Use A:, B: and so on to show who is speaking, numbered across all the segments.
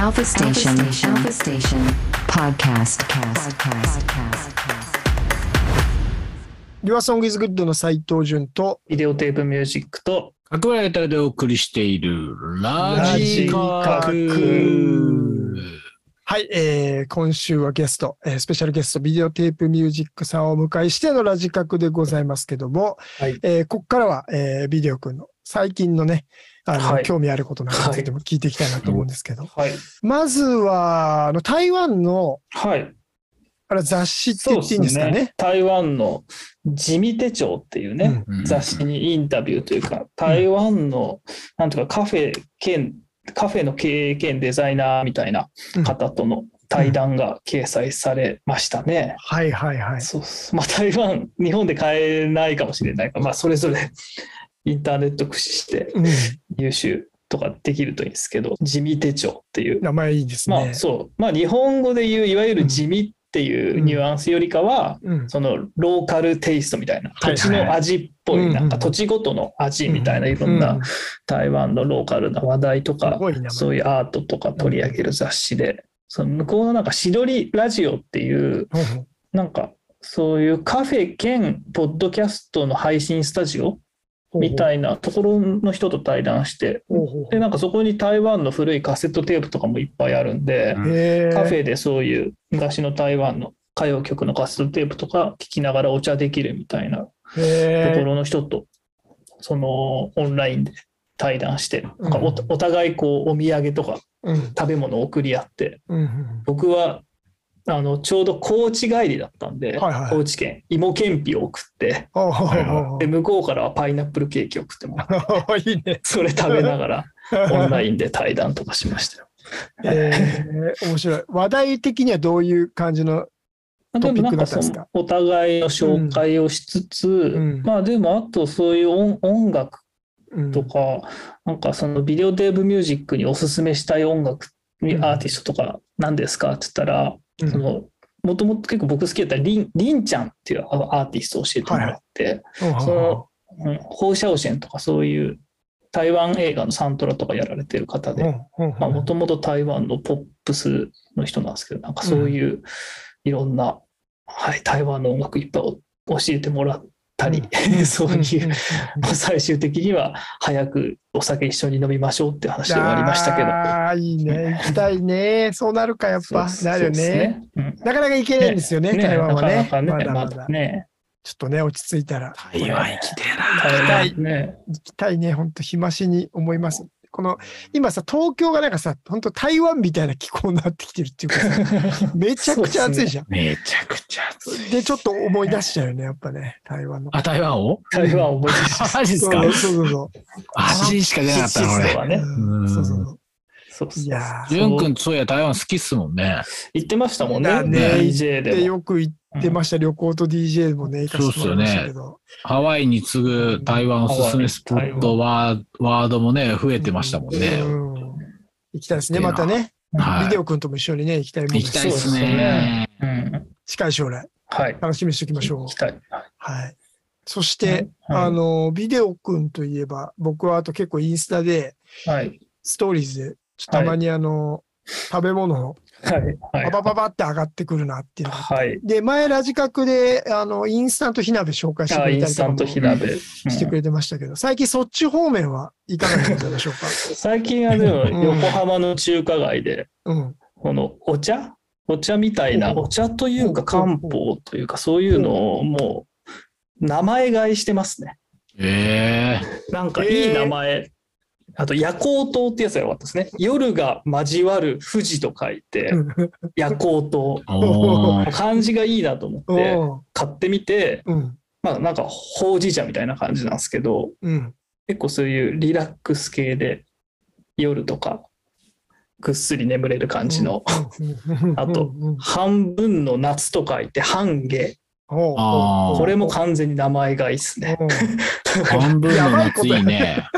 A: Alpha Station. Alpha Station. Podcast. Podcast. Podcast.
B: リュアソングイズグッドの斉藤潤と、
C: ビデオテープミュージックと、
D: 角村ゆたるでお送りしているラジカ
C: ラジ
D: ク。
B: はい、えー、今週はゲスト、えースペシャルゲスト、ビデオテープミュージックさんをお迎えしてのラジカクでございますけども、
C: はい
B: えーここからは、えービデオ君の最近のね、あの、
C: はい
B: 興味あることなんかについても聞いていきたいなと思うんですけど、
C: はい。
B: まずは、あの、台湾の、
C: はい。
B: あれ雑誌って言っていいんですかね。
C: 台湾の地味手帳っていうね、
D: うん
C: 雑誌にインタビューというか、台湾の、なんとかカフェ兼、カフェの経営兼デザイナーみたいな
B: うん
C: 方との対談が掲載されましたね。
B: はいはいはい。
C: そうっすまあ、台湾、日本で買えないかもしれないから、まあ、それぞれ インターネット駆使して
B: うん、
C: 入手とかできるといいんですけど、地味手帳っていう
B: 名前いいですね。
C: まあそう、まあ日本語で言ういわゆる地味っていうニュアンスよりかは、
B: うん、
C: そのローカルテイストみたいな、
B: はいはい
C: 土地の味っぽ
B: うんう
C: い、
B: ん
C: なんか土地ごとの味みたいな、いろん
B: う
C: な台湾のローカルな話題と
B: す
C: か、
B: ごい名前。
C: そういうアートとか取り上げる雑誌で、その向こうのなんか、しどりラジオっていう、
B: ほうほう
C: なんか、そういうカフェ兼ポッドキャストの配信スタジオみたいなところの人と対談して、
B: ほうほうほ
C: で、なんかそこに台湾の古いカセットテープとかもいっぱいあるんで、
B: うへー
C: カフェでそういう昔の台湾の歌謡曲のカセットテープとか聞きながらお茶できるみたいなと
B: へー
C: ころの人と、そのオンラインで対談して、なんかお
B: うん
C: お互いこうお土産とか
B: うん
C: 食べ物を送り合って、
B: うんうん
C: 僕はあのちょうど高知帰りだったんで、
B: はいはい
C: 高知県、芋けんぴを送って、
B: ほうほうほうほう
C: で向こうからはパイナップルケーキを送ってもらっ て、
B: いいね。
C: それ食べながらオンラインで対談とかしましたよ。
B: えー 面白い。話題的にはどういう感じの。
C: まあ
B: ト
C: で
B: ピ
C: も
B: ックだ
C: なん
B: っ
C: か
B: たんで
C: そ
B: すか
C: のお互いの紹介をしつつ、
B: ん
C: まあでもあとそういう音音楽
B: うん
C: とか、なんかそのビデオテープミュージックにおすすめしたい音楽に
B: うん
C: アーティストとか何ですかって言ったら、
B: うん
C: そのもともと結構僕好きだったりんりんちゃんっていうアーティストを教えてもらって、そのうん、放射線とかそういう台湾映画のサントラとかやられてる方で、もともと台湾のポップスの人なんですけど、なんかそういういろんな、はい、台湾の音楽いっぱいお教えてもらったり、 そういう、まあ最終的には早くお酒一緒に飲みましょうっていう話ではありましたけど。
B: ああ、いいね。 行きたいね。そうなるか、やっぱ。
C: そう
B: なるよ
C: そうです
B: ね。
C: うん
B: なかなか行けないんですよね、
C: ね
B: 台湾は
C: な
B: ね。
C: かなかね、
B: ま
C: ま
B: だまだ
C: だ。ね。
B: ちょっとね、落ち着いたら
D: 台湾行きてえな。
C: 台湾ね。
B: 行きたいね。本当暇しに思います。この、今さ、東京がなんかさ、本当台湾みたいな気候になってきてるっていうかさ、 めちゃくちゃ暑いじゃん。
D: めちゃくちゃ暑い。
B: で、ちょっと思い出しちゃうよね、やっぱね、台湾の。
D: あ、台湾を
C: 台湾思い出し
D: マジですか
B: そうそうそうそう。
D: 走りしか出なかったな、
C: 静
D: 俺。
C: 岡ね
D: うん
B: そうそうそう。
C: そうそう
B: いやー
D: ジュン君、そういや台湾好きっすもんね。
C: 言ってましたもんね、
B: だねで、
C: DJ でも。
B: よく行ってました、旅行と DJ もね、行かせてもらいましたけど。
D: ハワイに次ぐ台湾おすすめスポットワーワードもね、増えてましたもんね。
B: うん行きたいですね、
D: いいな
B: またね。
D: はい
B: ビデオ君とも一緒にね、行きたいもんで
D: 行
B: す
D: きたいっす
C: そうです
D: ね
C: ね。うん。
B: 近い将来、
C: はい。
B: 楽しみにしておきましょう
C: 行き。たい。はい
B: はい。そして、
C: はい
B: あの、ビデオ君といえば、僕はあと結構インスタで、
C: はい。
B: ストーリーズで、ちょっとたまにあの、食べ物を
C: はい。は
B: パ
C: い。
B: パパパって上がってくるなっていうのが
C: はい。
B: で、前、ラジカクで、あの、インスタント火鍋紹介して
C: あ
B: く
C: ー
B: れ
C: イン
B: たり
C: ス
B: と
C: タ
B: か
C: ン
B: も
C: ト火鍋。うん
B: してくれてましたけど、最近そっち方面はいかがだったでしょうか
C: 最近はでも
B: ん
C: 横浜の中華街で、
B: うん。
C: このお茶お茶みたいな、
B: ほう
C: お茶というか
B: ほうほ
C: 漢
B: うほう
C: 方というかそういうのをもう名前買いしてますね。
D: え
C: なんかいい名前。あと夜光灯ってやつが良かったですね。夜が交わる富士と書いて夜光灯。
D: えおー
C: 漢字がいいなと思って
B: おー
C: 買ってみて、
B: うん。
C: まあなんかほうじ茶みたいな感じなんですけど、
B: うん。
C: 結構そういうリラックス系で夜とかぐっすり眠れる感じの、
B: うん。
C: あと
B: うん、
C: 半分の夏と書いて半夏
D: あー
C: これも完全に名前がいいっすね
D: 半分の夏いいね。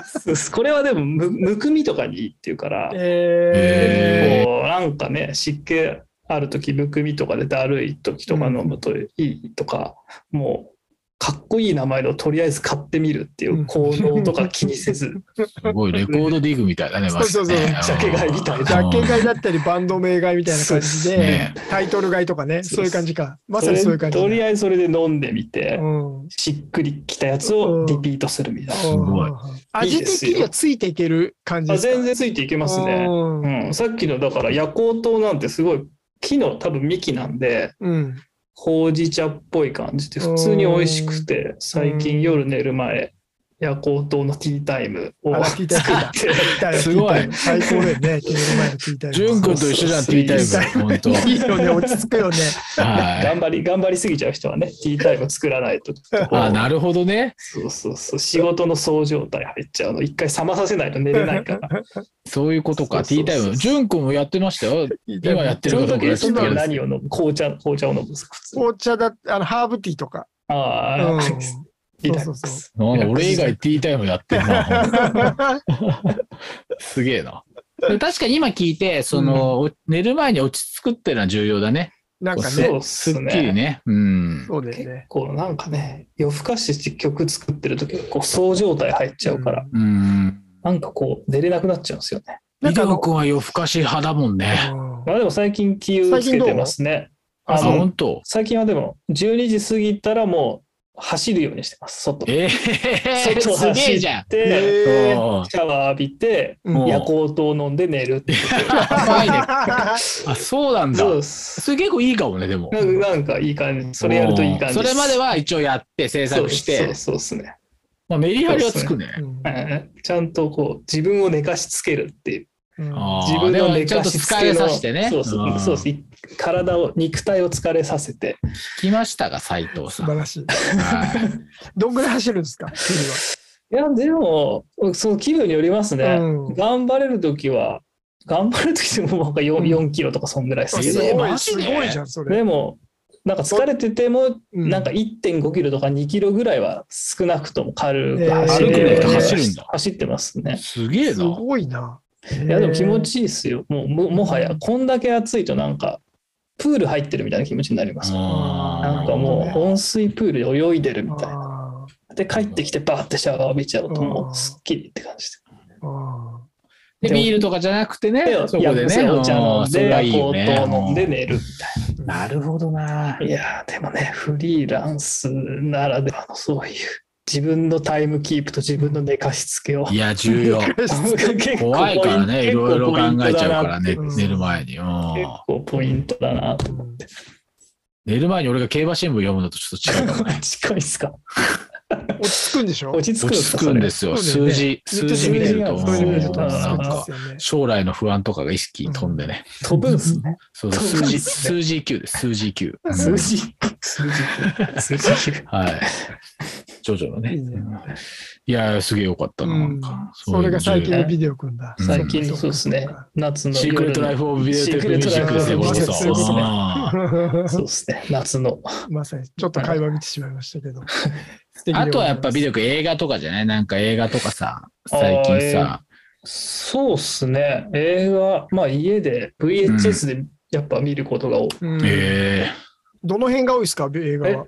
C: これはでもむむくみとかにいいっていうから、
B: え
D: え
C: こうなんかね湿気ある時むくみとかでだるい時とか飲むといいとか、もかっこいい名前のをとりあえず買ってみるっていう効能とか気にせず、
D: すご いレコードディグみたいだね、
B: そうそうそう
D: マジでね
C: ジャケ買いみた
B: ジ
C: いな。
B: ャケ買いだったり、バンド名買いみたいな感じ
D: うん
B: で、
D: ね
B: タイトル買いとかね、
C: そう
B: そういう感じか。まさにそういう感じ
C: と
B: だ。
C: りあえずそれで飲んでみて、
B: うん
C: しっくりきたやつをリピートするみたいな。
D: ごい
B: 味的にはついていける感じ
C: あ
B: ですか
C: 全然ついていけますね。
B: ね。
C: うん、さっきのだから夜光灯なんてすごい木の多分幹なんで
B: うん。
C: ほうじ茶っぽい感じで普通に美味しくて最近夜寝る前夜光灯のティータイムを
B: あらティータイムだ
C: 作って
D: すごい
B: 最高だよね。決める前の聞いた
D: ジュン君と一緒じゃん、ティータイム。 本当。
B: いいよね、落ち着くよね。
D: はい。
C: 頑張り頑張りすぎちゃう人はねティータイム作らないと
D: あ、なるほどね。
C: そうそうそう仕事の総状態入っちゃうの一回冷まさせないと寝れない から
D: そういうことか、
C: そ
D: テ
C: う
D: ィ
C: そうそう
D: ータイム。ジュン君もやってまし たよ。今やってる
C: その
D: かどうか
C: 時その時は
D: です
C: 何を飲む紅茶紅茶を飲むんですか普通
B: 紅茶だ、あの、ハーブティーとか。
C: あああ
B: う
C: の
B: ん
C: リラッ
B: そ
C: クス
B: うそうそ
D: なんだ俺以外ティータイムやってんな。 すげえな。確かに今聞いて、その、お寝る前に落ち着くっていうのは重要だね。
B: なんか
C: そう
B: ね、
C: っ
D: す
C: す
D: っ
C: ね
D: きりね。うん。
B: そうだよ
C: 結
B: ね。
C: 構なんかね夜更かしして曲作ってると結構そう状態入っちゃうから、
D: うん。
C: なんかこう寝れなくなっちゃうんですよね
B: なん
D: ビ
B: か
D: デ
B: あの
D: オ君は夜更かし派だもんね。
C: まあでも最近気をつけてますね
D: あ、
C: あの
D: 本当。
C: 最近はでも12時過ぎたらもう走るようにしてます外
D: え え
C: 外
D: すげ
C: 走
D: え
C: っ
D: じゃん。
B: うん
C: て
B: へー
D: うん
C: シャワー浴びて
B: うん
D: い
C: 夜
D: や
C: 光灯飲んで寝るって
D: 甘いねあ、そうなんだ
C: そう。です
D: それ結構いいかもね、でも。
C: なんかなんかいい感じそれやるといい感じ
D: それまで
C: は
D: は一応やって制作し
C: そう
D: て、
C: そうですね、
D: まあ、メリハリはつくね。
B: うん
C: ええちゃんとこう自分を寝かしつけるっていう
B: うん
D: あー
C: 自分の寝
D: でもちょ
C: か
D: っと
C: しつ
D: 疲
C: け
D: れ
C: の
D: させてね。
C: そうそ
D: ん
C: うそうそう体を肉体を疲れさせて
D: 聞きましたが、斉藤
B: 素
D: さん。
B: 晴らしい。
D: はい
B: どんぐらい走るんですか、チリはい
C: やでもその気分によりますね、
B: うん
C: 頑張れる時は頑張る時でもなんか 4,、
B: うん
C: 4キロとかそんぐらいです
B: あ
C: け
B: す
C: ど、
D: えー
B: ご
D: マ
B: い、
D: ジ
B: す
D: で
B: ごいじゃん、それ。
C: でもなんか疲れてても、
B: うん
C: なんか1.5キロとか2キロぐらいは少なくとも軽く走
B: え
C: れ
B: ー歩
C: る、
B: くのと
D: 走るんだ
C: 走ってますね
D: すげえ
B: す
D: な。
B: ごいな。い
C: いやでも気持ちいいですよもうももはやこんだけ暑いとなんかプール入ってるみたいな気持ちになります、なんかもう温水プールで泳いでるみたいな。
B: あ
C: で帰ってきてバーってシャワー浴びちゃうとも
B: あー
C: うすっきりって感じ
B: ーあ
D: でビールとかじゃなくてね、
C: で。
D: そこで
C: 薬
D: ね、
C: 剤お茶飲
D: うんそれ
C: で、
D: がいいよ
C: コートを飲んで
D: ね。
C: 寝るみ
B: ー
D: なるほどな
C: た。いな。いやーでもね、フリーランスならではのそういう自分のタイムキープと自分の寝かしつけを。
D: いや、重 要。
C: 結構
D: 怖いからね、い
C: 結構
D: ろいろ
C: ポ
D: 考
C: イントだな
D: えちゃうからね、
B: うん
D: 寝る前に。うん
C: 結構ポイントだなと思って。
D: 寝る前に俺が競馬新聞読むのとちょっと違うかもね。
C: 近いっすか
B: 落ち着くんでしょ
C: 落ち着くんで
D: 落ち
C: すか。
D: 着くんですすよ。
B: そうだよ
D: 数
B: ね
D: 字、
B: 言
D: 数
B: って
D: 字
B: た
D: 見
B: よね
D: てると、
C: う
D: うん
B: そういう意味で
D: ん
B: 言うと
D: なん
B: そう
D: か
B: ですよね
D: 将来の不安とかが意識に飛んでね。
C: 飛ぶんすね。
D: そうそう
C: そ
D: 数
C: うなんで
D: 字、
C: すね
D: 数字級です、数 字級。うん
C: 数字、数字、数字。
D: はい。ジョジョのね。
B: いいね
D: いやー、すげえよかったな。な
B: うんん
D: か
B: それが最近
D: の
B: のビデオ君 だ。
D: うん
C: 最近のそうですね。夏の夜の
D: シークレットライフオブビデオテープミュージックですね、これこ
B: シークレットライフオブビデオテープミュージックですね
D: そ。あー
C: そうですね。夏の。
B: まさに、ちょっと会話見てしまいましたけど。
D: あとはやっぱビデ
B: オ。
D: オ映画とかじゃないなんか映画とかさ、最近さ、
C: そうっすね。映画、まあ家で、VHS でやっぱ見ることが多い。
B: うん
D: ええ
B: どの辺が多いですか、映画は。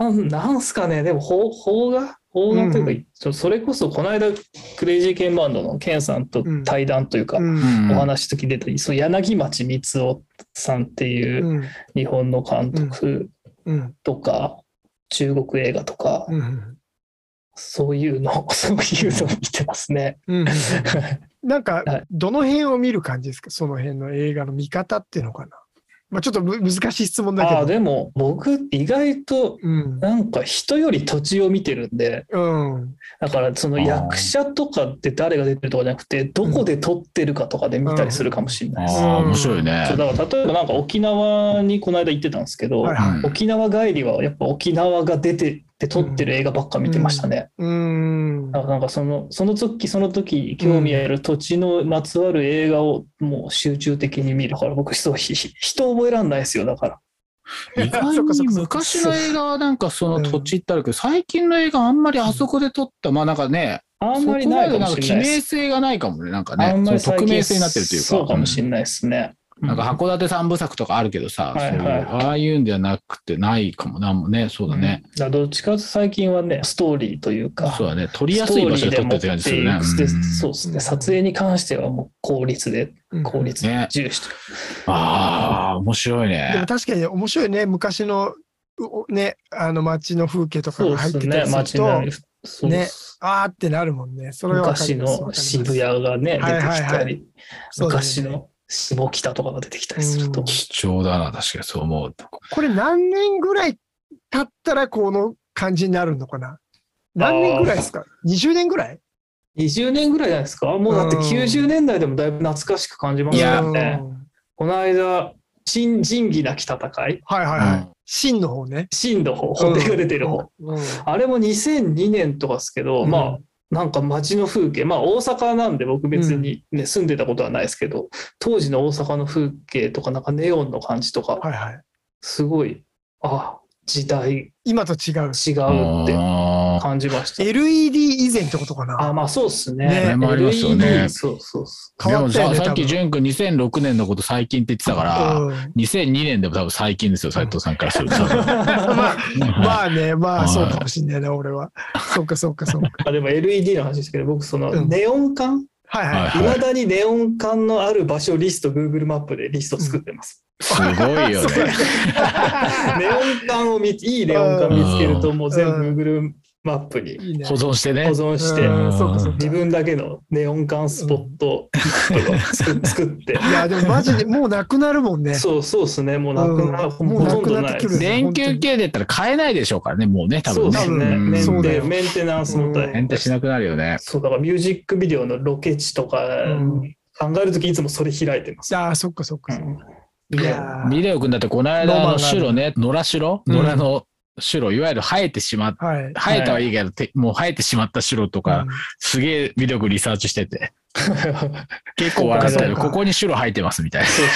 C: なんなんすかね、でも邦邦画邦画というか、
B: う
C: ちょそれこそこの間、クレイジーケンバンドのケンさんと対談というか、
B: うん
D: うん
C: お話し時出たり、そう柳町光夫さんっていう
B: うん
C: 日本の監督
B: うん
C: とか、中国映画とか、
B: うん
C: そういうの、そういうのを見 てます ね。
B: うんなんか
C: はい、
B: どの辺を見る感じですか、その辺の映画の見方っていうのかな。まあ、ちょっとむ難しい質問だ
C: ああ、
B: けど。
C: でも僕、意外と
B: うん。
C: なんか人より土地を見てるんで、
B: うん。
C: だからその役者とかって誰が出てるとかじゃなくて、どこで撮ってるかとかで見たりするかもしれないです。
D: ああ、面白いね
C: そう。だから例えばなんか沖縄にこの間行ってたんですけど、
B: はいは
C: 沖縄帰りはやっぱ沖縄が出てって撮ってる映画ばっか見てましたね。
B: い。うん。
C: だからなんかそのその時その時興味ある土地のまつわる映画をもう集中的に見るだから僕そうひひ人覚えらんないですよだから
D: 意外に昔の映画はなんかその土地ってあるけど、最近の映画あんまりあそこで撮った、まあなんかね、
C: あん
D: そこ
C: ま
D: ま
C: りない
D: で
C: か
D: な
C: も
D: んか
C: し
D: 記
C: れない
D: 名
C: です
D: 性がないかもね、なんか
C: あ
D: ね
C: んま、り
D: そ
C: 最
D: の匿
C: 近
D: 名性になってるというか。
C: そうかもしれないですね、
D: なんか函館三部作とかあるけどさ、
C: はい
D: そういう
C: はい
D: ああいうんじゃなくてないかもなんもねそうだね、
C: だからどっちかというと最近はね、ストーリーというか、
D: そうだね撮りやすい場所で撮ってるって感じするね。
C: ストーリーで持っていく
D: うん
C: でそうですね。撮影に関してはもう効率で、
B: うん
C: 効率
D: ね
C: 重視と。
D: ああ面白い
B: でも
D: ね。
B: 確かに面白いね、昔の、うね、あの街の風景とか
C: そ
B: が
C: うで
B: 入っ
C: す
B: てた
C: ね
B: り。する
C: 街
B: と、
C: 並み、そうっす
B: あーってなるもんね。それはわか
C: 昔
B: ります
C: の渋谷がね、出て
B: はいはいはい
C: きたり、
B: そうだよね
C: 昔の下北とかが出てきたりする
B: う
C: と
B: ん。
D: 貴重だな確かにそう思うと。
B: これ何年ぐらい経ったらこの感じになるのかな何年ぐらいですか ?20 年ぐらい
C: 20年ぐらいじゃないですかもうだって
B: うん
C: 90年代でもだいぶ懐かしく感じます
D: いや
C: よ
B: うん
C: ね。この間、新仁義なき戦い、
B: はいはいはい。真の方ね。
C: 真の方、本手が出てる方。
B: うん。
C: あれも2002年とかですけど、
B: うん
C: まあ、なんか街の風景、まあ大阪なんで僕別にね、住んでたことはないですけど、当時の大阪の風景とか、なんかネオンの感じとか、
B: はいはい。
C: すごい、あ、時代
B: 今と違う。
C: 違うって
D: あー
C: 感じました。
B: LED 以前ってことかな。
C: あ、まあそうっすね。
B: ねそれ
D: もありますよね
C: LED そうそうそ
B: 変わったよね
D: でもささ
B: 多
D: っ
B: 分
D: き淳君2006年のこと最近って言ってたから、
B: うん
D: 2002年でも多分最近ですよ斉藤さんからすると。多分
B: まあ、まあね、ま
D: は
B: あ
D: い
B: そうかもしんないな、俺は。そうかそうかそうか。
C: う。あでも LED の話ですけど、僕その
B: うん
C: ネオン管、
B: はい
D: はい
B: はい
C: まだにネオン管のある場所リスト、Google マップでリスト作ってます。
D: すごいよ
B: そう
D: ね。
C: ネオン管を見つ、いいネオン管見つけると、もう全部 Google マップに
B: い。いいね
D: 保。存してね
C: 保。存して、
B: うんそうかそうか。
C: 自分だけのネオン管スポットを作作って。
B: いや、でもマジでもうなくなるもんね。
C: そうそうですね、もうなくな、
B: うんもう
C: ほ
B: な
C: とん
B: く
C: ど
B: なっ
C: な
B: て
C: い
B: く。る
D: 電球系でやったら買えないでしょうからね、もうね、多
C: そう
D: 分
C: で
D: ね。
C: す
B: 多
C: ね。
D: うん
C: メ
B: そう
C: ン
B: だ
C: テ
B: よ
C: メンテナンスも大
D: 変
C: 変
D: 態しなくなるよね。
C: そうだからミュージックビデオのロケ地とか
B: うん
C: 考えるときいつもそれ開いてます。
B: ああ、そっかそっか。いやー
D: ビデオ君だってこの
B: ロマン
D: 間
B: があ
D: の
B: る
D: 白ね、野良白
B: うん
D: 野良の白、いわゆる生えてしまっ
B: はい。
D: 生えたはいいけど、てもう生えてしまった白とか、すげえビデオ君リサーチしてて、結構笑った
B: そう
D: よ。
B: かそうか
D: ここに白生えてますみたいな。
C: そう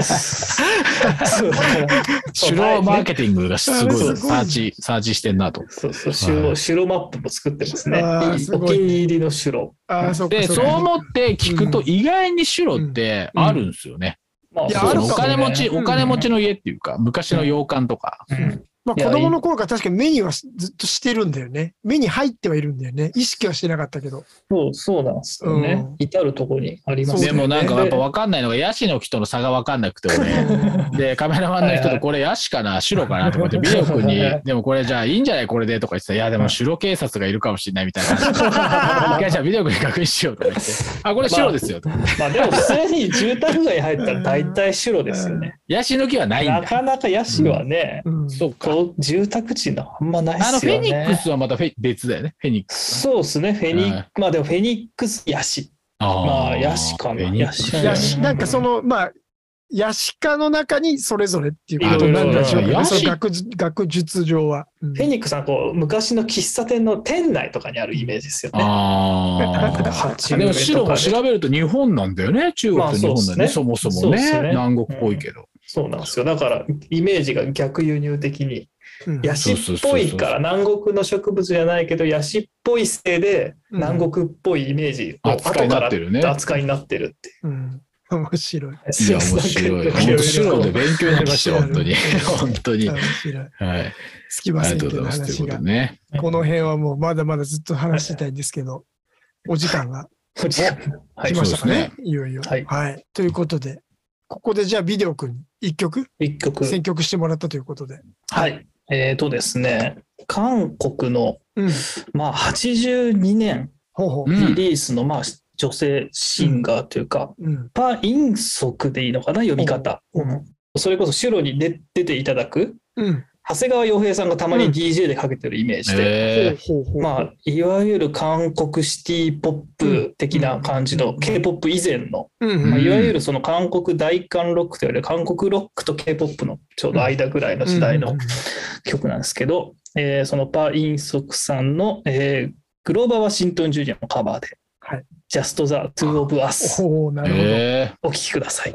C: そうそう
D: 白マーケティングがすごい、
B: そう
D: サーチ、サーチしてんなと。
C: そうそう白白マップも作ってますね。
B: あー
C: いい
B: す
C: お
B: ごい
C: 気に入りの白。
B: ああ、そっか
D: で、
B: そっ
D: そう
B: か。
D: 思って聞くと
B: うん
D: 意外に白ってあるんですよね。
C: まあ
B: いや
D: そう
B: あるかもね
D: お金持ち、
B: うん
D: お金持ちの家っていうか、昔の洋館とか。
C: うん
B: まあ、
C: いや
B: 子供の頃から確かに目にはずずっとしてるんだよね。目に入ってはいるんだよね。意識はしてなかったけど。
C: そうそうなんですよね
B: うん。
C: 至るところにありま
B: そ
C: す
B: う
C: ね。
D: でもなんかやっぱ
C: で
D: 分かんないのが、ヤシの木との差が分かんなくて、俺。で、カメラマンの人とこれヤシかな白かなと思って、ビデオ君に、でもこれじゃあいいんじゃないこれでとか言ってたら、いやでも白警察がいるかもしれないみたいな 話。一回じゃあビデオ君に確認しようとか言って、あ、これ白ですよと。
C: まあでも普通に住宅街入ったら大体白ですよね。
D: ヤシの木はないん
C: な
D: だ。
C: かなかヤシはね、
B: うん
D: そうか。
C: こう住宅地のあんまないっ
D: あの、
C: す
D: フェ
C: よ
D: ニ
C: ね。
D: ックスはまたフェ別だよね。フェニックス。
C: そうですね、フェニック、
D: はい
C: まあでもフェニックスヤシ。
D: あ
C: まあヤシか
D: フェ
C: な。
D: ニッ
C: ヤ
D: クス。
C: シ。
B: ヤシなんかその、まあ、ヤシ科の中にそれぞれっていうことなんでしょうけ
D: いろいろ
B: ど、
D: ヤシ
B: その学術学術上は。うん
C: フェニックスはこう昔の喫茶店の店内とかにあるイメージですよね。
D: ああ。
C: 鉢
D: で
C: 植え
D: も
C: とか
D: 白も調べると日本なんだよね。中国と日本だよ
C: ま
D: ね。
C: あ
D: そもそ
C: そ
D: も
C: うっす
D: ね。
C: ね
D: 南国っぽいけど。
C: そうなんですよ。だからイメージが逆輸入的に
B: うん
C: ヤシっぽいから南国の植物じゃないけどヤシっぽいせいで
B: うん
C: 南国っぽいイメージを後
D: 扱いに
C: か
D: なってるね
C: ら扱いになってるっていう。
B: うん面白い。
D: い や、面 白い。本当白で勉強になりましたよ、本当に。 本当に。
B: 面
D: はい。
B: 白い。
D: あ
B: すきませ
D: り
B: ん
D: がと
B: け
D: うござい
B: ど
D: ます。と
B: 話
D: いうこと
B: が
D: で。ね。
B: この辺はもうまだまだずっと話してたいんですけど、お時間が
C: こっちは
B: 来
C: い
B: ましたか
D: は
B: ね
D: い。
B: いよいよ、
C: はい
B: ということで、ここでじゃあビデオ君に一曲
C: 一曲。
B: 選曲してもらったということで。
C: はい。えっ、とですね、韓国の、
B: うん。
C: まあ、82年
B: ほうほ
D: う
C: リ
D: ん。
C: リースの、まあ、女性シンガーというか、
B: う。うん。
C: パ・インソクでいいのかな、読み方。
B: うん
C: うんそれこそ、シュロに出出ていただく、
B: うん。
C: 長谷川洋平さんがたま
B: う
C: に
B: ん
C: DJ でかけてるイメージで、
D: え
B: ほうほうほう。
C: まあ、いわゆる韓国シティ・ポップ的な感じ
B: う
C: の
B: ん
C: K-POP 以前の、
B: うん
C: まあ、
D: うん
C: いわゆるその韓国大韓ロックといわれる韓国ロックと K-POP のちょうど間ぐらいの時代の曲なんですけど、えーそのパ・インソクさんの、えーグローバー・ワシントン・ジュニアのカバーで、
B: はい
C: Just the Two of Us
B: ほう、な
D: え
B: るほど。
D: ええ
C: お聴きください。